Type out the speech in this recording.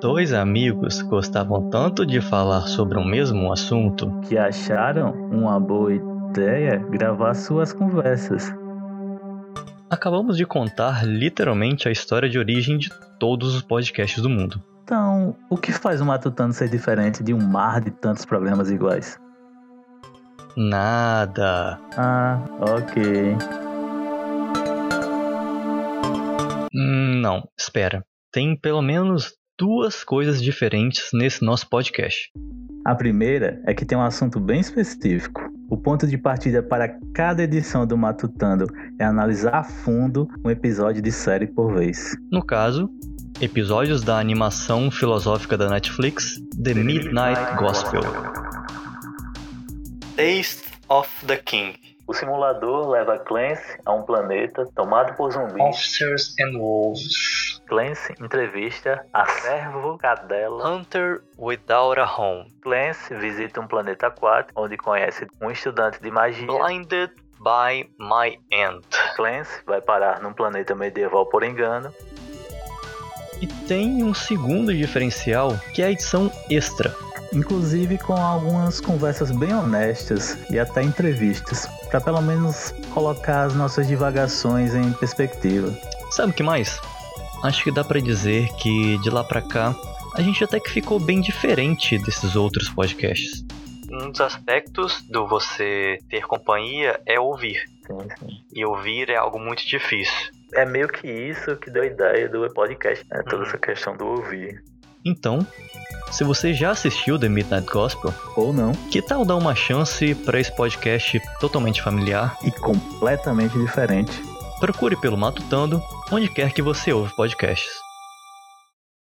Dois amigos gostavam tanto de falar sobre o mesmo assunto que acharam uma boa ideia gravar suas conversas. Acabamos de contar literalmente a história de origem de todos os podcasts do mundo. Então, o que faz o Matutano ser diferente de um mar de tantos programas iguais? Nada. Ah, ok. Hum, Não, espera. Tem pelo menos duas coisas diferentes nesse nosso podcast. A primeira é que tem um assunto bem específico. O ponto de partida para cada edição do Matutando é analisar a fundo um episódio de série por vez. No caso, episódios da animação filosófica da Netflix, The Midnight Gospel. Taste of the King. O simulador leva Clancy a um planeta tomado por zumbis. Officers and Wolves. Clancy entrevista a servo cadela. Hunter Without a Home. Clancy visita um planeta aquático onde conhece um estudante de magia. Blinded by My End. Clancy vai parar num planeta medieval por engano. E tem um segundo diferencial, que é a edição extra. Inclusive com algumas conversas bem honestas e até entrevistas, para pelo menos colocar as nossas divagações em perspectiva. Sabe o que mais? Acho que dá pra dizer que de lá pra cá a gente até que ficou bem diferente desses outros podcasts. Um dos aspectos do você ter companhia é ouvir, e ouvir é algo muito difícil. É meio que isso que deu a ideia do podcast, né? Toda essa questão do ouvir. Então, se você já assistiu The Midnight Gospel, Ou não. que tal dar uma chance pra esse podcast totalmente familiar? E completamente diferente. Procure pelo Matutando, onde quer que você ouve podcasts.